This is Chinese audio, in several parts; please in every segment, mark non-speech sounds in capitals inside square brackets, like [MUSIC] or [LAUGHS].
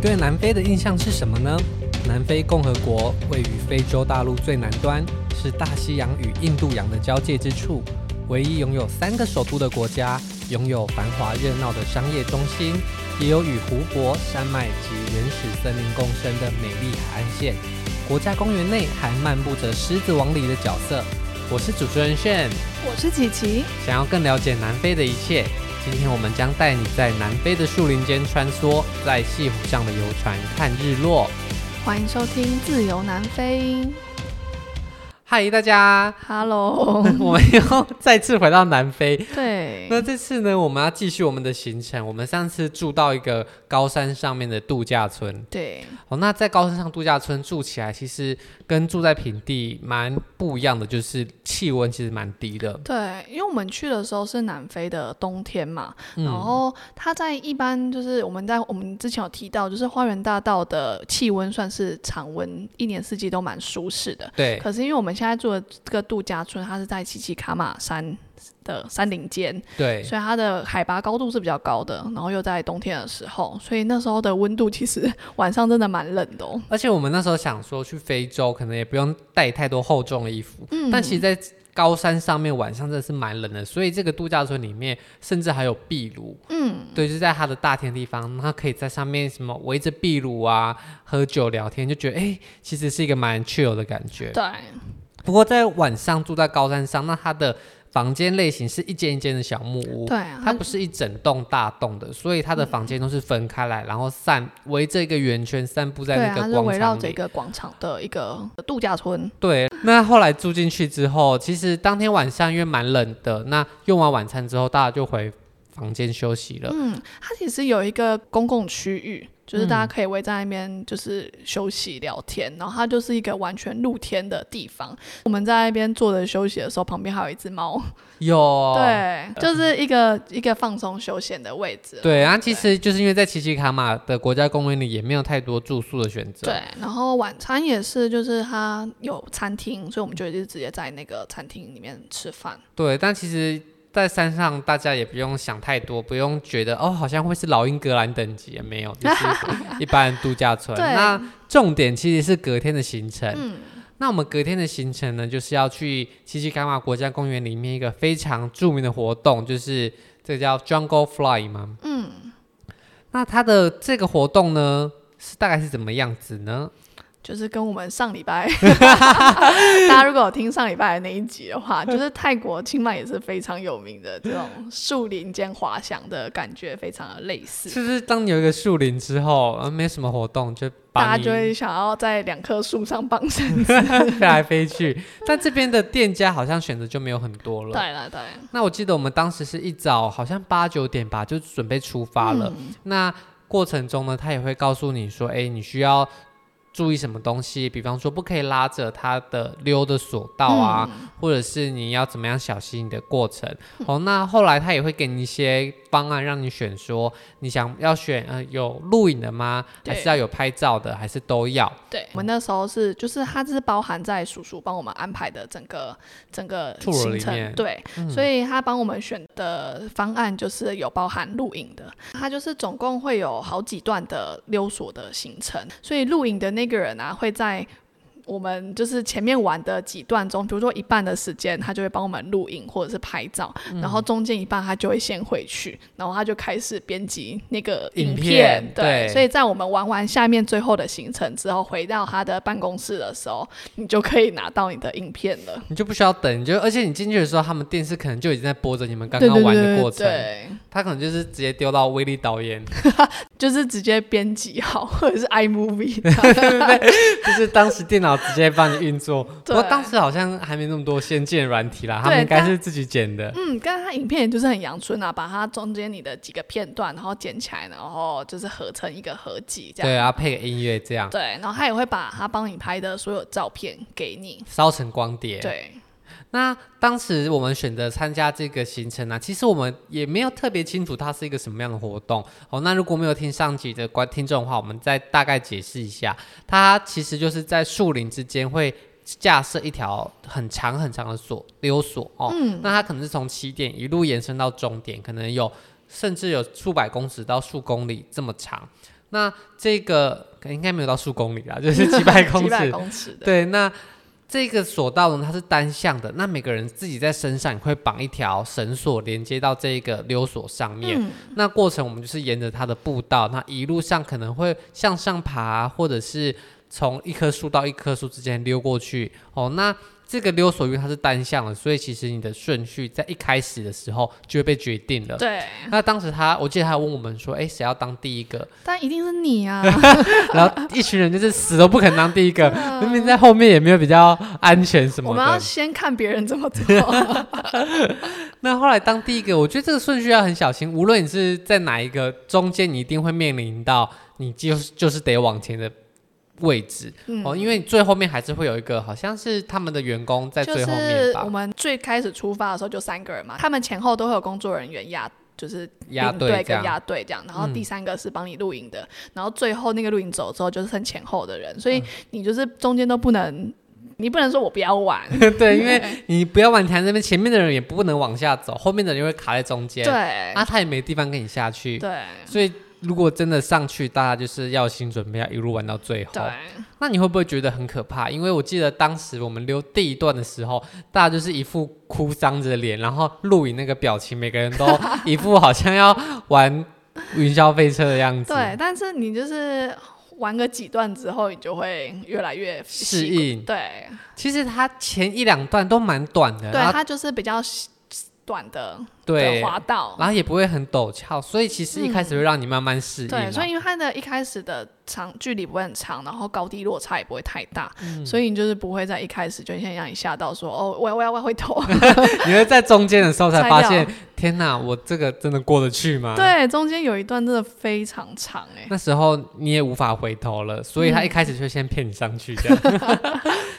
对南非的印象是什么呢？南非共和国位于非洲大陆最南端，是大西洋与印度洋的交界之处，唯一拥有三个首都的国家，拥有繁华热闹的商业中心，也有与湖泊、山脉及原始森林共生的美丽海岸线。国家公园内还漫步着狮子王里的角色。我是主持人炫，我是琪琪。想要更了解南非的一切，今天我们将带你在南非的树林间穿梭，在西湖上的游船看日落。欢迎收听《自由南非》。嗨，大家， [LAUGHS] [LAUGHS] Hello，我们又再次回到南非。对，那这次呢，我们要继续我们的行程。我们上次住到一个高山上面的度假村，对，哦，那在高山上度假村住起来，其实跟住在平地蛮不一样的，就是气温其实蛮低的。对，因为我们去的时候是南非的冬天嘛，然嗯，后它在一般就是我们在我们之前有提到，就是花园大道的气温算是常温，一年四季都蛮舒适的。对，可是因为我们现在住的这个度假村，它是在奇奇卡马山的山顶间，对，所以它的海拔高度是比较高的，然后又在冬天的时候，所以那时候的温度其实晚上真的蛮冷的哦。而且我们那时候想说去非洲，可能也不用带太多厚重的衣服，嗯但其实，在高山上面晚上真的是蛮冷的，所以这个度假村里面甚至还有壁炉，嗯，对，就是在它的大天地方，它可以在上面什么围着壁炉啊，喝酒聊天，就觉得哎、诶其实是一个蛮 chill 的感觉。对，不过在晚上住在高山上，那它的房间类型是一间一间的小木屋，对啊，它不是一整栋大栋的，所以它的房间都是分开来，然后散围着一个圆圈散布在对那啊，它个是广围绕场着一里。个广场的一个度假村。对，那后来住进去之后，其实当天晚上因为蛮冷的，那用完晚餐之后，大家就回房间休息了。嗯，它其实有一个公共区域，就是嗯大家可以围在那边就是休息聊天，然后它就是一个完全露天的地方。我们在那边坐着休息的时候，旁边还有一只猫，有，对，就是一个一个放松休闲的位置。嗯对，然后其实就是因为在奇奇卡马的国家公园里也没有太多住宿的选择。对，然后晚餐也是，就是它有餐厅，所以我们就一直直接在那个餐厅里面吃饭。对，但其实，在山上大家也不用想太多，不用觉得哦，好像会是老英格兰等级，也没有，就是 [LAUGHS] 一般度假村。对那重点其实是隔天的行程。嗯那我们隔天的行程呢，就是要去奇奇卡马国家公园里面一个非常著名的活动，就是这个叫 Jungle Fly 吗？嗯，那它的这个活动呢，是大概是怎么样子呢？就是跟我们上礼 [LAUGHS] 拜，大家如果有听上礼拜的那一集 [LAUGHS] 的话，就是泰国清迈也是非常有名的这种树林间滑翔的感觉，非常的类似。是不是当你有一个树林之后，呃，没什么活动，就把大你家就会想要在两棵树上绑绳子。 [LAUGHS] 飞来飞去？但这边的店家好像选择就没有很多了。对了对，那我记得我们当时是一早，好像八九点吧，就准备出发了。嗯那过程中呢，他也会告诉你说，哎，你需要注意什么东西，比方说不可以拉着它的溜的索道啊，嗯或者是你要怎么样小心你的过程。哦，那后来他也会给你一些方案让你选说，你想要选呃有录影的吗？还对是要有拍照的？还是都要？对，我们那时候是就是它是包含在叔叔帮我们安排的整个整个 Tour 行里面嗯程，对，所以他帮我们选的方案就是有包含露营的，它就是总共会有好几段的溜索的行程，所以露营的那个人啊会在。我们就是前面玩的几段中，比如说一半的时间，他就会帮我们录影或者是拍照，嗯然后中间一半他就会先回去，然后他就开始编辑那个影影片对对，所以在我们玩完下面最后的行程之后，回到他的办公室的时候，你就可以拿到你的影片了。你就不需要等，你就而且你进去的时候，他们电视可能就已经在播着你们刚刚玩的过程，对，他可能就是直接丢到威力导演， [LAUGHS] 就是直接编辑好，或者是 iMovie [LAUGHS] 就是当时电脑直接帮你运作。不对过当时好像还没那么多先进的软体啦，他们对应该但是自己剪的。嗯，刚刚他影片也就是很阳春啊，把它中间你的几个片段，然后剪起来，然后就是合成一个合集这对样。啊，配个音乐这样，对，然后他也会把他帮你拍的所有照片给你。烧成光碟。对，那当时我们选择参加这个行程啊，其实我们也没有特别清楚它是一个什么样的活动哦。那如果没有听上集的观听众的话，我们再大概解释一下，它其实就是在树林之间会。架设一条很长很长的索溜索哦，嗯那它可能是从起点一路延伸到终点，可能有甚至有数百公尺到数公里这么长。那这个应该没有到数公里啦， [LAUGHS] 就是几百公 [LAUGHS] 几百尺。公尺的，对，那这个索道呢，它是单向的，那每个人自己在身上会绑一条绳索连接到这个溜索上面。嗯，那过程我们就是沿着它的步道，那一路上可能会向上爬，或者是从一棵树到一棵树之间溜过去。哦，那这个溜索因为它是单向的，所以其实你的顺序在一开始的时候就会被决定了。对，那当时他，我记得他有问我们说，哎、谁要当第一个？但一定是你 [LAUGHS] 啊， [LAUGHS] 然后一群人就是死都不肯当第一个，明明在后面也没有比较安全什嗯我么们要的。先看别人怎么 [LAUGHS] 做，那后来当第一个，我觉得这个顺序要很小心，无论你是在哪一个，中间你一定会面临到你就是就是得往前的位置、嗯哦，因为你最后面还是会有一个，好像是他们的员工在就最是后面吧我，们最开始出发的时候就三个人嘛，他们前后都会有工作人员压，就是压领队队这嗯跟样。压队这样，然后嗯第三个是帮你录影的，然后最后那个录影走之后就是剩前后的人，所嗯以你就是中间都不能，你不能说我不要玩， [LAUGHS] 对，因为你不要往前那边，前面的人也不能往下走，后面的人会卡在中间。对啊，他也没地方跟你下去。对所以如果真的上去，大家就是要有心准备，要一路玩到最后。对，那你会不会觉得很可怕？因为我记得当时我们溜第一段的时候，大家就是一副哭丧着脸，然后录影那个表情，每个人都一副好像要玩云霄飞车的样子。对，但是你就是玩个几段之后，你就会越来越适习惯应对其实它前一两段都蛮短的，对，然后它就是比较细短的对的，滑道，然后也不会很陡峭，所以其实一开始会让你慢慢适应啊、对，所以因为它的一开始的长距离不会很长，然后高低落差也不会太大，所以你就是不会在一开始就先让你吓到说哦，我要我要我要回头。你会在中间的时候才材发料现，天哪，我这个真的过得去吗？ [LAUGHS] 对，中间有一段真的非常长哎、那时候你也无法回头了，所以他一开始就先骗你上去这 [LAUGHS] 样。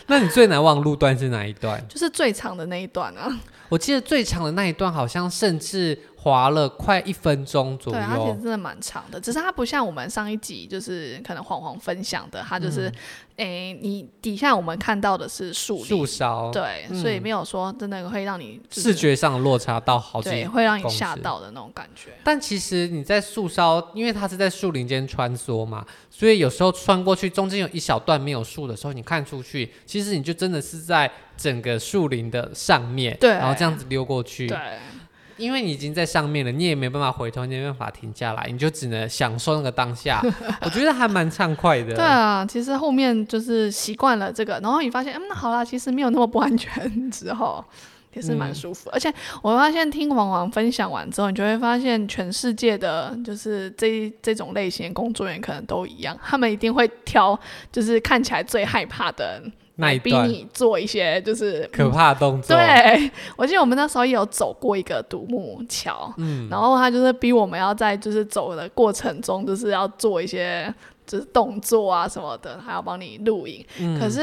那你最难忘的路段是哪一段？就是最长的那一段啊，我记得最长的那一段好像甚至滑了快一分钟左对，它其实右。真的蛮长的，只是它不像我们上一集就是可能黄黄分享的，它就是，嗯诶、你底下我们看到的是树树林，梢，对，所以没有说真的会让你、就是、视觉上的落差到好对几。会让你公尺吓到的那种感觉，但其实你在树梢，因为它是在树林间穿梭嘛，所以有时候穿过去中间有一小段没有树的时候，你看出去，其实你就真的是在整个树林的上面，对然后这样子溜过去，对。因为你已经在上面了，你也没办法回头，你也没办法停下来，你就只能享受那个当 [LAUGHS] 下。我觉得还蛮畅快的。对啊，其实后面就是习惯了这个，然后你发现，嗯，好啦，其实没有那么不安全之后。也是嗯蛮舒服，而且我发现听王王分享完之后，你就会发现全世界的就是这这种类型的工作人员可能都一样，他们一定会挑就是看起来最害怕的人那一来逼段你做一些就是可怕的动作。，对， [LAUGHS] 我记得我们那时候也有走过一个独木桥，嗯然后他就是逼我们要在就是走的过程中，就是要做一些就是动作啊什么的，还要帮你录影。嗯可是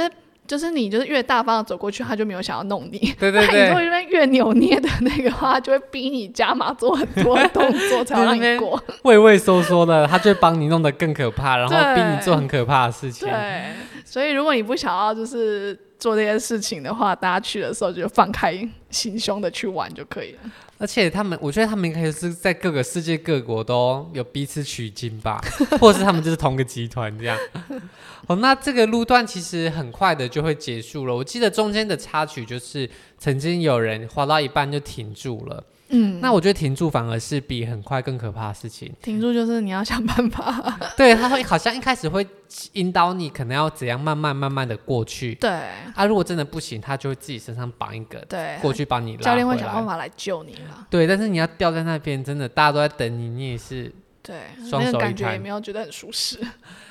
就是你就是越大方的走过去，他就没有想要弄你。对对但 [LAUGHS] 你对如果这边越扭捏的那个话，他就会逼你加码做很多动作才要让在 [LAUGHS] 那边你过。畏畏缩缩的，他就会帮你弄得更可怕，然后逼你做很可怕的事情。对，所以如果你不想要就是做这些事情的话，大家去的时候就放开心胸的去玩就可以了。而且他们，我觉得他们应该是在各个世界各国都有彼此取经吧， [LAUGHS] 或者是他们就是同个集团这样。 [LAUGHS] 哦，那这个路段其实很快的就会结束了。我记得中间的插曲就是曾经有人滑到一半就停住了。嗯，那我觉得停住反而是比很快更可怕的事情。停住就是你要想办 [LAUGHS] 法。对，他会好像一开始会引导你，可能要怎样慢慢慢慢的过去。对啊，如果真的不行，他就会自己身上绑一个对，过去帮你拉哎教练回会来想办。法来救你啦。对，但是你要吊在那边，真的大家都在等你，你也是。对，双那手个一感觉也摊没有觉得很舒适。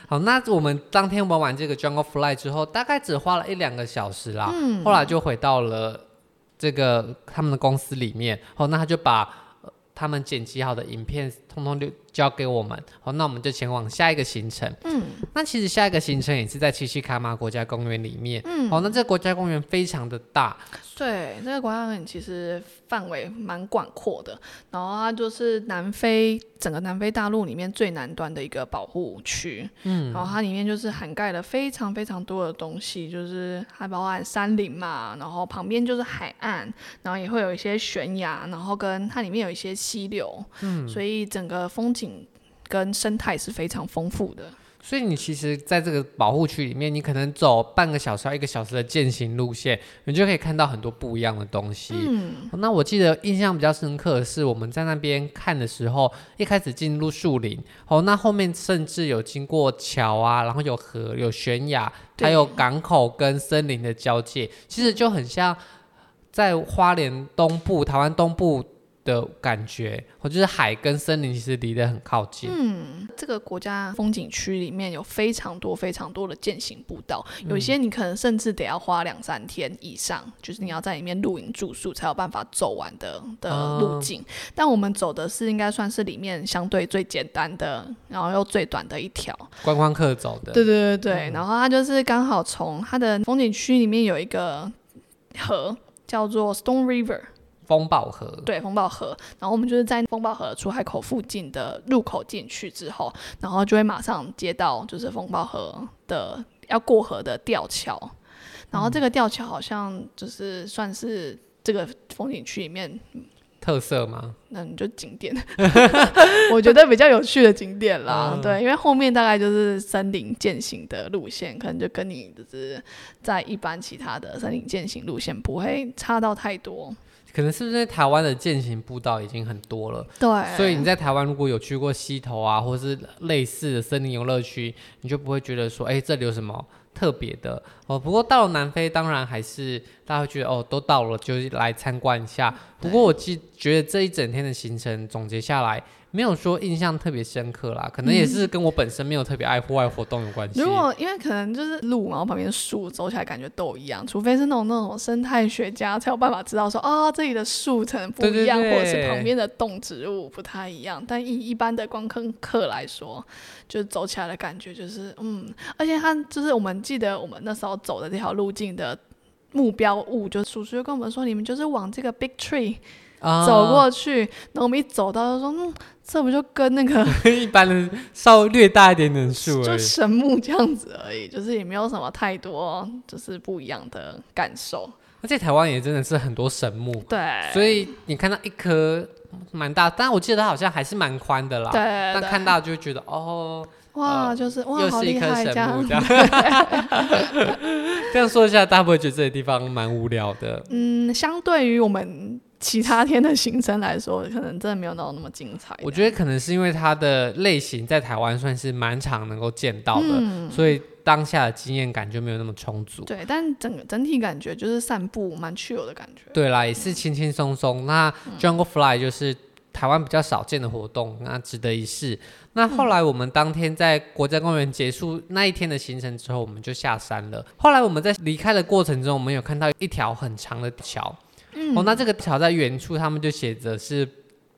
好，那我们当天玩完这个 Jungle Fly 之后，大概只花了一两个小时啦。嗯后来就回到了这个他们的公司里面。哦，那他就把呃他们剪辑好的影片通通就交给我们。好，那我们就前往下一个行程。嗯那其实下一个行程也是在七七卡马国家公园里面。嗯，哦，那这个国家公园非常的大，对，这个国家公园其实范围蛮广阔的，然后它就是南非整个南非大陆里面最南端的一个保护区。嗯，然后它里面就是涵盖了非常非常多的东西，就是还包含山林嘛，然后旁边就是海岸，然后也会有一些悬崖，然后跟它里面有一些溪流，嗯，所以整个风景跟生态是非常丰富的。所以你其实在这个保护区里面，你可能走半个小时到一个小时的践行路线，你就可以看到很多不一样的东西。嗯，那我记得印象比较深刻的是，我们在那边看的时候，一开始进入树林，哦，那后面甚至有经过桥啊，然后有河、有悬崖，还对有港口跟森林的交界，其实就很像在花莲东部、台湾东部的感觉。哦，就是海跟森林其实离得很靠近。这个国家风景区里面有非常多非常多的践行步道，有一些你可能甚至得要花两三天以上，就是你要在里面露营住宿才有办法走完的的路径。但我们走的是应该算是里面相对最简单的，然后又最短的一条。观光客走的，对对对对，然后它就是刚好从它的风景区里面有一个河叫做 Stone River，风暴河。对，风暴河。然后我们就是在风暴河出海口附近的入口进去之后，然后就会马上接到就是风暴河的要过河的吊桥，嗯然后这个吊桥好像就是算是这个风景区里面。特色吗？嗯，就景点， [LAUGHS] 我觉得比较有趣的景点啦，嗯 [LAUGHS] 对，因为后面大概就是森林践行的路线，可能就跟你就是在一般其他的森林践行路线不会差到太多，可能是不是因为台湾的践行步道已经很多了，对，所以你在台湾如果有去过溪头啊，或是类似的森林游乐区，你就不会觉得说，哎、这里有什么特别的哦。不过到了南非，当然还是大家会觉得，哦，都到了，就来参观一下。不过我记觉得这一整天的行程总结下来，没有说印象特别深刻啦，可能也是跟我本身没有特别爱户外活动有关系。如果因为可能就是路，然后旁边树走起来感觉都一样，除非是那种那种生态学家才有办法知道说哦，这里的树可能不一样，对对对或者是旁边的动植物不太一样。但一一般的观光客来说，就是走起来的感觉就是嗯，而且它就是我们记得我们那时候走的这条路径的。目标物就是叔叔就跟我们说，你们就是往这个 big tree 啊走过去，然后我们一走到就说，嗯，这不就跟那个 [LAUGHS] 一般的稍微略大一点点树而就已。神木这样子而已，就是也没有什么太多就是不一样的感受。而且台湾也真的是很多神木，对，所以你看到一棵蛮大，但我记得它好像还是蛮宽的啦。对但对看到就会觉得哦，哇，呃就是哇，又好是一厉棵害这神木样这。样。 [LAUGHS] 这样说一下，大家不会觉得这个地方蛮无聊的。嗯，相对于我们其他天的行程来说，可能真的没有到那么精彩。我觉得可能是因为它的类型在台湾算是蛮常能够见到的，嗯，所以当下的经验感就没有那么充足。对，但整个整体感觉就是散步蛮 chill 的感觉。对啦，也是轻轻松松。那嗯 Jungle Fly 就是台湾比较少见的活动，那值得一试。那后来我们当天在国家公园结束那一天的行程之后，我们就下山了。后来我们在离开的过程中，我们有看到一条很长的桥。嗯哦，那这个桥在远处他们就写着是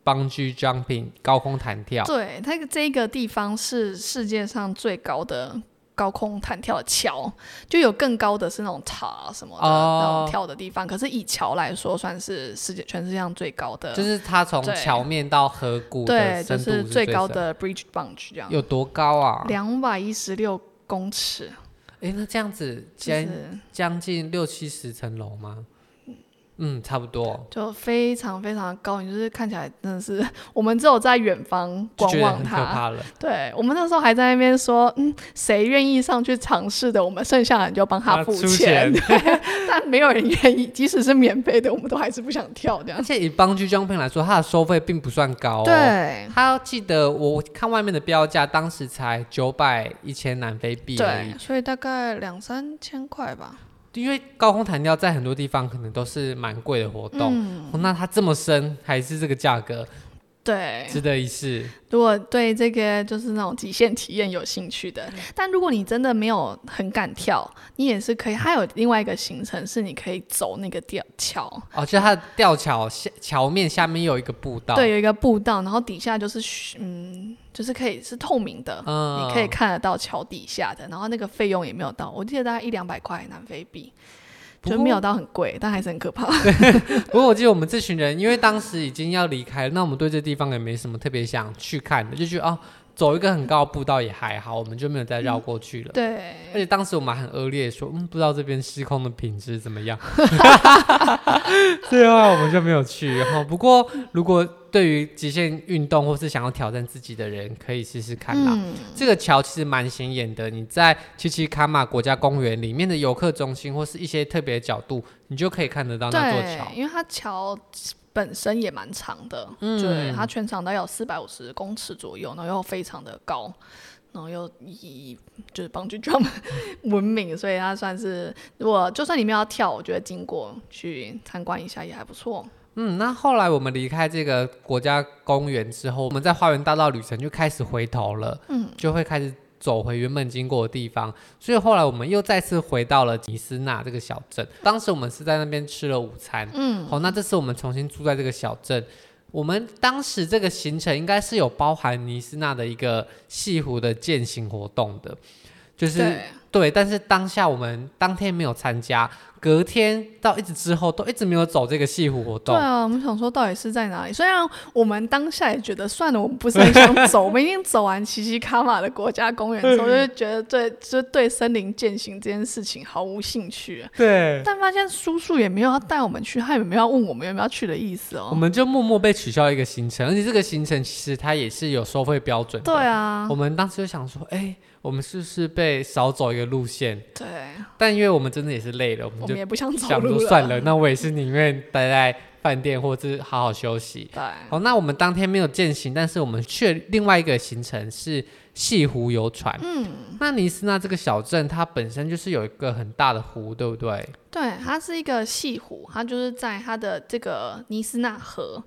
Bungee Jumping 高空弹跳。对，它这个地方是世界上最高的高空弹跳的桥，就有更高的是那种塔什么的、哦那种跳的地方，可是以桥来说，算是世界全世界上最高的，就是它从对桥面到河谷的对，深就度是最高深，的 bridge bunch 这样，有多高啊？两百一十六公尺，诶，那这样子，既就然是将近六七十层楼吗？嗯，差不多。就非常非常高，你就是看起来真的是， [LAUGHS] 我们只有在远方就观觉得望很可它，怕了，对我们那时候还在那边说，嗯，谁愿意上去尝试的，我们剩下人就帮啊他付出钱对， [LAUGHS] 但没有人愿意，即使是免费的，我们都还是不想跳这样而。且以帮居 jumping 来说，它的收费并不算高、哦。，对它记得我看外面的标价，当时才九百一千南非币而对已。，所以大概两三千块吧。因为高空弹跳在很多地方可能都是蛮贵的活动、嗯，哦那它这么深还是这个价格，对。值得一试。如果对这个就是那种极限体验有兴趣的，嗯但如果你真的没有很敢跳，你也是可以。还有另外一个行程是你可以走那个吊桥，哦，就它的吊桥下桥面下面有一个步道，对，，有一个步道，然后底下就是虚嗯，就是可以是透明的，嗯，你可以看得到桥底下的，然后那个费用也没有到，我记得大概一两百块南非币，不就过呃没有到很贵，但还是很可怕。不过我记得我们这群人，因为当时已经要离开了，那我们对这地方也没什么特别想去看的，就觉得哦，走一个很高的步道也还好，我们就没有再绕过去了。而对，且当时我们还很恶劣地说，嗯，不知道这边失控的品质啊怎么样，所以后来我们就没有去。然后不过如果对于极限运动或是想要挑战自己的人，可以试试看啦。嗯，这个桥其实蛮显眼的，你在七七卡玛国家公园里面的游客中心或是一些特别的角度，你就可以看得到那座桥对，。因为它桥本身也蛮长的，嗯对，它全长大概有四百五十公尺左右，然后又非常的高，然后又以就是 bungee jump [LAUGHS] 闻名，所以它算是如果就算你们要跳，我觉得经过去参观一下也还不错。嗯，那后来我们离开这个国家公园之后，我们在花园大道旅程就开始回头了，嗯，就会开始走回原本经过的地方。所以后来我们又再次回到了尼斯纳这个小镇，当时我们是在那边吃了午餐。嗯，好、那这次我们重新住在这个小镇。我们当时这个行程应该是有包含尼斯纳的一个西湖的践行活动的，就是对，对，但是当下我们当天没有参加，隔天到一直之后都一直没有走这个西湖活对动。啊，我们想说到底是在哪里？虽然我们当下也觉得算了，我们不是很想 [LAUGHS] 走，我们已经走完奇西卡马的国家公园之后，就是觉得对，就是对森林践行这件事情毫无兴趣。对，但发现叔叔也没有要带我们去，他也没有要问我们要不要去的意思我哦。们就默默被取消一个行程，而且这个行程其实它也是有收费标准的。对啊我，们当时就想说，哎、我们是不是被少走一个路线？对，啊但因为我们真的也是累了，我们我就们也不想走想路说算了，那我也是宁愿待在饭店或是好好休息。对，好，那我们当天没有践行，但是我们去了另外一个行程是西湖游船。嗯，那尼斯纳这个小镇，它本身就是有一个很大的湖，对不对？对，它是一个西湖，它就是在它的这个尼斯纳河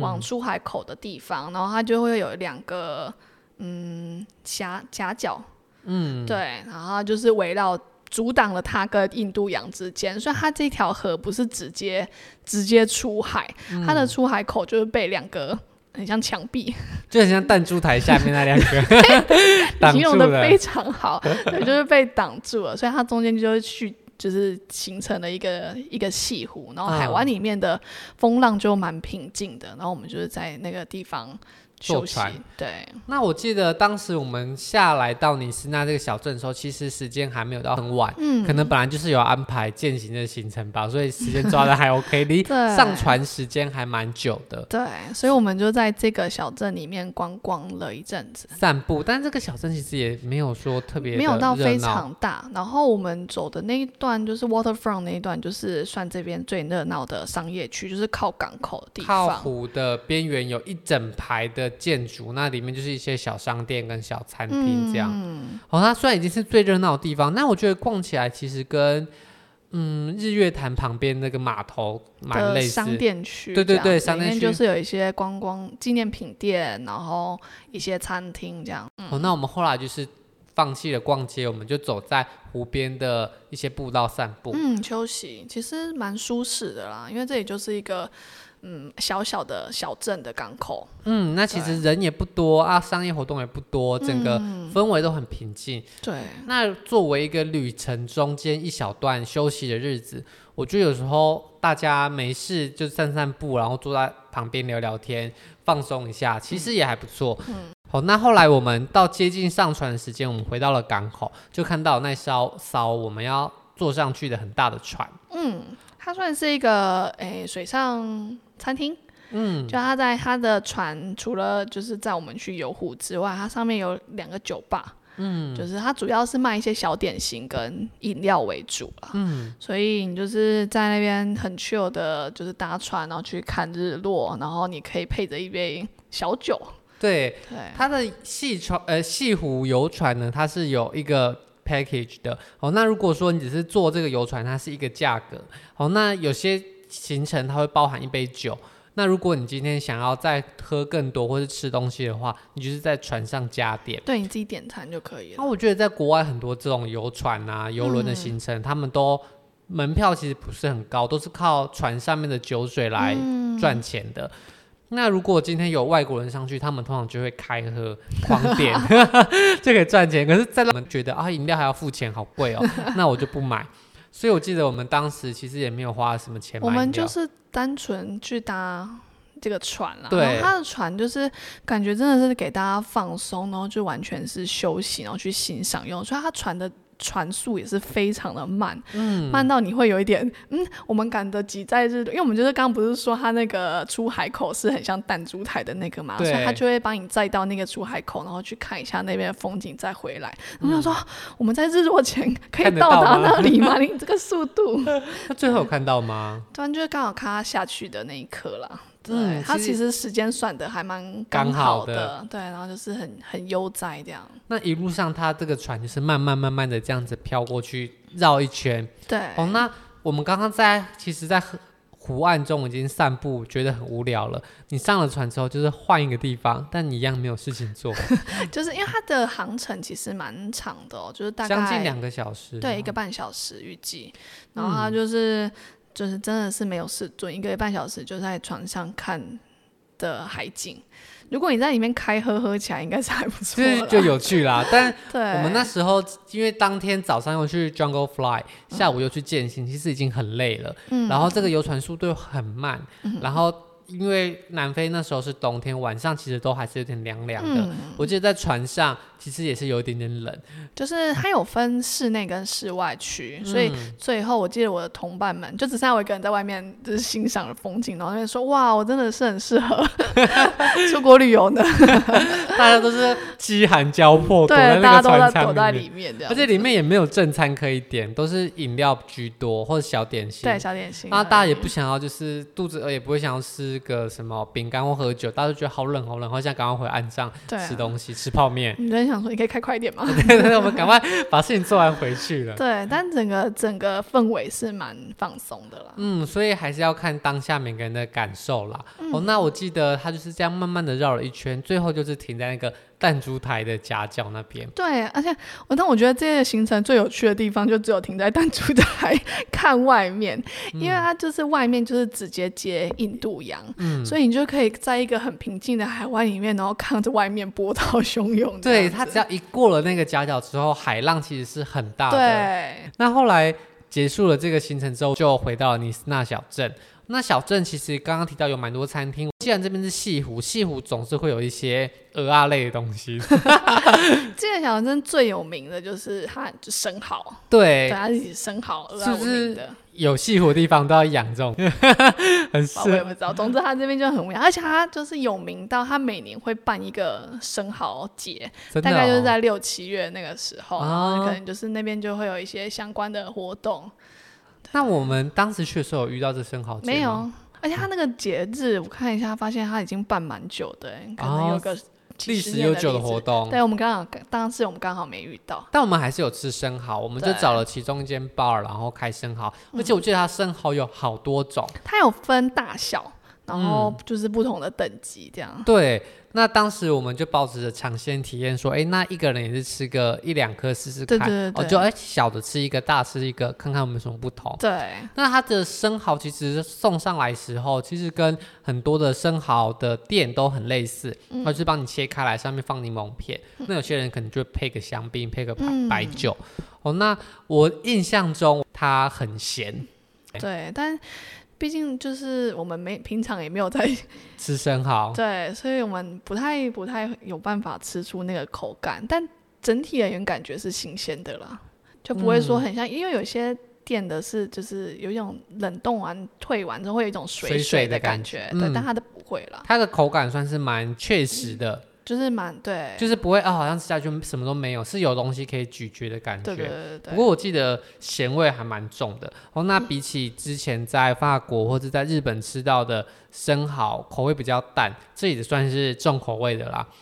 往出海口的地方，然后它就会有两个嗯夹夹角，嗯，对，然后就是围绕。阻挡了它跟印度洋之间，所以它这条河不是直接直接出海，它的出海口就是被两个很像墙壁就很像弹珠台下面那 [LAUGHS] 两个挡形住容的了非。常 [LAUGHS] 好，对，就是被挡住了，所以它中间就是去。就是形成了一个一个西湖，然后海嗯湾里面的风浪就蛮平静的，然后我们就是在那个地方休坐息船。对，那我记得当时我们下来到尼斯纳这个小镇的时候，其实时间还没有到很晚，嗯可能本来就是有安排践行的行程吧，所以时间抓的还 OK，离 [LAUGHS] 对上船时间还蛮久的。对，所以我们就在这个小镇里面观光了一阵子，散步，但这个小镇其实也没有说特别的没有到热非闹常大。然后我们走的那一段就是 waterfront 那一段，就是算这边最热闹的商业区，就是靠港口的地靠方。湖的边缘有一整排的建筑，那里面就是一些小商店跟小餐厅这样。嗯哦，那虽然已经是最热闹的地方，那我觉得逛起来其实跟嗯日月潭旁边那个码头蛮的类似商。店区这对样子，对对商店里面区就是有一些观光纪念品店，然后一些餐厅这样。哦，那我们后来就是放弃了逛街，我们就走在湖边的一些步道散步。嗯，休息其实蛮舒适的啦，因为这里就是一个嗯小小的小镇的港口。嗯，那其实人也不多啊，商业活动也不多，整个嗯氛围都很平静。对，那作为一个旅程中间一小段休息的日子，我觉得有时候大家没事就散散步，然后坐在旁边聊聊天，放松一下，其实也还不错。好，那后来我们到接近上船的时间，我们回到了港口，就看到那艘艘我们要坐上去的很大的船。嗯，它算是一个诶、水上餐厅。嗯，就它在它的船，除了就是载我们去游湖之外，它上面有两个酒吧。嗯，就是它主要是卖一些小点心跟饮料为主啦。嗯，所以你就是在那边很 chill 的，就是搭船，然后去看日落，然后你可以配着一杯小酒。对，对，它的细船呃细湖游船呢，它是有一个 package 的哦。那如果说你只是坐这个游船，它是一个价格哦。那有些行程它会包含一杯酒。那如果你今天想要再喝更多或是吃东西的话，你就是在船上加点。对，你自己点餐就可以那了。我觉得在国外很多这种游船啊、游嗯轮的行程，他们都门票其实不是很高，都是靠船上面的酒水来嗯赚钱的。那如果今天有外国人上去，他们通常就会开喝、狂点， [LAUGHS] 就可以赚钱。可是，在我们觉得啊，饮料还要付钱，好贵哦，那我就不买。所以我记得我们当时其实也没有花什么钱买我饮料，们就是单纯去搭这个船啦，对然后他的船就是感觉真的是给大家放松，然后就完全是休息，然后去欣赏用，所以他船的船速也是非常的慢，嗯，慢到你会有一点，嗯，我们赶得及在日落，因为我们就是刚刚不是说它那个出海口是很像弹珠台的那个嘛，所对以它就会帮你载到那个出海口，然后去看一下那边的风景再回来。然后我想说，我们在日落前可以嗯看得到到达吗那里吗？你这个速度，那最后有看到吗？突然啊就是刚好看它下去的那一刻啦。嗯对，它其其实实时间算的还蛮刚好好的对，然后就是很很悠哉这样，那一路上，它这个船就是慢慢慢慢的这样子飘过去，绕一圈。对，哦，那我们刚刚在其实，在河湖岸中已经散步，觉得很无聊了。你上了船之后，就是换一个地方，但你一样没有事情做，就是因为它的航程其实蛮长的哦，就是大概将近两个小时。嗯对一个半小时预计，然后他就是、就是真的是没有事做，一个半小时就在船上看的海景。如果你在里面开喝喝起来，应该是还不错就啦。是就有趣 [LAUGHS] 啦，但对，我们那时候因为当天早上又去 Jungle Fly，下嗯午又去践行，其实已经很累了。然后这个游船速度又很慢，嗯然后因为南非那时候是冬天，晚上其实都还是有点凉凉的。嗯我记得在船上其实也是有一点点冷，就是它有分室内跟室外嗯区，所以最后我记得我的同伴们就只剩下我一个人在外面，就是欣赏了风景，然后那边说哇，我真的是很 [LAUGHS] 适合出国旅游呢。大家都是饥寒交迫，躲在对，大那家个都船在躲舱在里面。里面这样而子，且里面也没有正餐可以点，都是饮料居多或者小点心。对小点心而已，那大家也不想要，就是肚子饿，也不会想要吃个什么饼干或喝酒，大家就觉得好冷好冷，好想赶快回岸上对啊吃东西、 [LAUGHS] 吃泡面。我们昨天想说，你可以开快一点吗？对对，我们赶快把事情做完回去了。对，啊但整个整个氛围是蛮放松的啦。嗯，所以还是要看当下每个人的感受啦。嗯哦，那我记得他就是这样慢慢的绕了一圈，最后就是停在那个弹珠台的夹角那边。对，而且我但我觉得这个行程最有趣的地方，就只有停在弹珠台 [LAUGHS] 看外面，因嗯为它就是外面就是直接接印度洋，嗯所以你就可以在一个很平静的海湾里面，然后看着外面波涛汹涌这对样子。他只要一过了那个夹角之后，海浪其实是很大的。对那后来结束了这个行程之后，就回到了尼斯那小镇。那小镇其实刚刚提到有蛮多餐厅，既然这边是西湖，西湖总是会有一些鹅啊类的东 [LAUGHS] 西。这个小镇最有名的就是它就生蚝，对，对，它是以生蚝而是不是闻名的。有西湖的地方都要养这种， [LAUGHS] 很适啊 [LAUGHS] 我也不知道，总之他这边就很无聊，而且他就是有名到他每年会办一个生蚝节，真的、大哦。概就是在六七月那个时候，然哦后可能就是那边就会有一些相关的活动。那我们当时去的时候有遇到这生蚝节吗没，有，而且他那个节日，我看一下，发现他已经办蛮久的、欸可能有个几历十史年悠的久的例活子。动。对，我们刚好，当时我们刚好没遇到。但我们还是有吃生蚝，我们就对嗯找了其中一间 bar，然后开生蚝，而且我记得它生蚝有好多种。它有分大小，然后嗯就是不同的等级这样。对，那当时我们就抱持着尝鲜体验，说，哎，那一个人也是吃个一两颗试试看，对对对哦，就哎小的吃一个，大吃一个，看看有没有什么不同。对，那它的生蚝其实送上来时候，其实跟很多的生蚝的店都很类似，嗯它就是帮你切开来，上面放柠檬片。那有些人可能就会配个香槟，配个白、嗯白酒。哦，那我印象中它很咸，对，但毕竟就是我们没平常也没有在吃生蚝。对，所以我们不太不太有办法吃出那个口感，但整体而言感觉是新鲜的啦，就不会嗯说很像，因为有些店的是就是有一种冷冻完退完之后会有一种水水水的的感感觉，觉对，嗯但它的不会啦，它的口感算是蛮确实的，就是蛮对，就是不会啊、好像吃下去什么都没有，是有东西可以咀嚼的感觉。对对对对不对过我记得咸味还蛮重的哦。那比起之前在法国或者在日本吃到的生蚝，口味比较淡，这也算是重口味的啦。 [LAUGHS]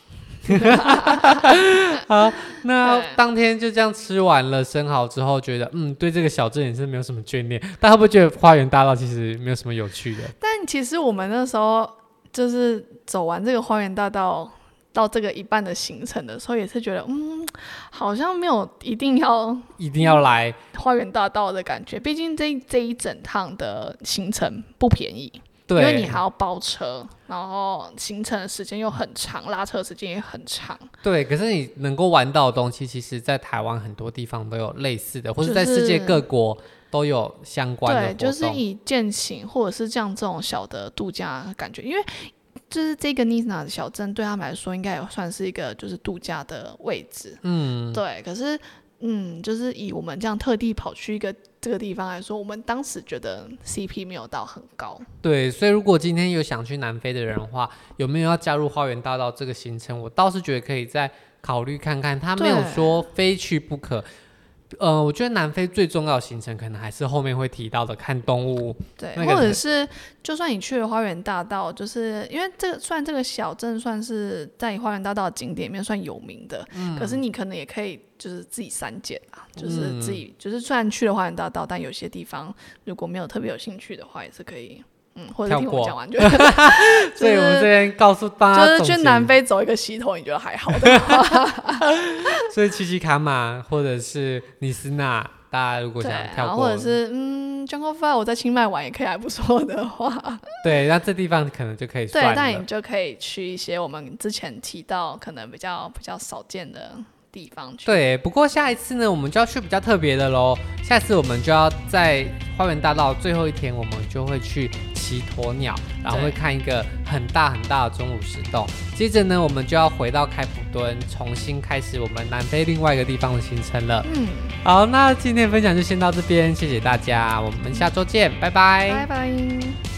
好，那对当天就这样吃完了生蚝之后，觉得嗯，对这个小镇也是没有什么眷恋。大家会不会觉得花园大道其实没有什么有趣的？但其实我们那时候就是走完这个花园大道。到这个一半的行程的时候，也是觉得，嗯，好像没有一定要一定要来，花园大道的感嗯觉。毕竟这一这一整趟的行程不便宜，因对，为你还要包车，然后行程的时间又很长，拉车的时间也很长。对，可是你能够玩到的东西，其实在台湾很多地方都有类似的，或是在世界就是各国都有相关的活对，动。就是以践行或者是像这种小的度假的感觉，因为。就是这个 Nizna 的小镇对他们来说，应该也算是一个就是度假的位置。嗯，对，可是嗯，就是以我们这样特地跑去一个这个地方来说，我们当时觉得 CP 没有到很高。对，所以如果今天有想去南非的人的话，有没有要加入花园大道这个行程？我倒是觉得可以再考虑看看，他没有对说非去不可。呃，我觉得南非最重要的行程可能还是后面会提到的看动物。对，那个或很者是就算你去了花园大道，就是因为这个算这个小镇算是在花园大道的景点里面算有名的，嗯可是你可能也可以就是自己删减啊，就是自己、就是虽然去了花园大道，但有些地方如果没有特别有兴趣的话，也是可以。嗯，或者跳听我过啊讲 [LAUGHS] 完就，所以我们这 [LAUGHS] 就是边告诉大家，就是去南。非走一个洗头，你觉得还好 [LAUGHS] 的话，所以奇奇卡玛或者是尼斯纳，大家如果对，想然跳后过，或者是嗯，Jungle Five 我在清迈玩也可以还不错的话，对，那这地方可能就可以对，算但了你就可以去一些我们之前提到可能比较比较少见的地方去。对，不过下一次呢，我们就要去比较特别的喽。下次我们就要在花园大道最后一天，我们就会去骑鸵鸟，然后对会看一个很大很大的钟乳石洞。接着呢，我们就要回到开普敦，重新开始我们南非另外一个地方的行程了。嗯，好，那今天的分享就先到这边，谢谢大家，我们下周见，拜拜拜拜。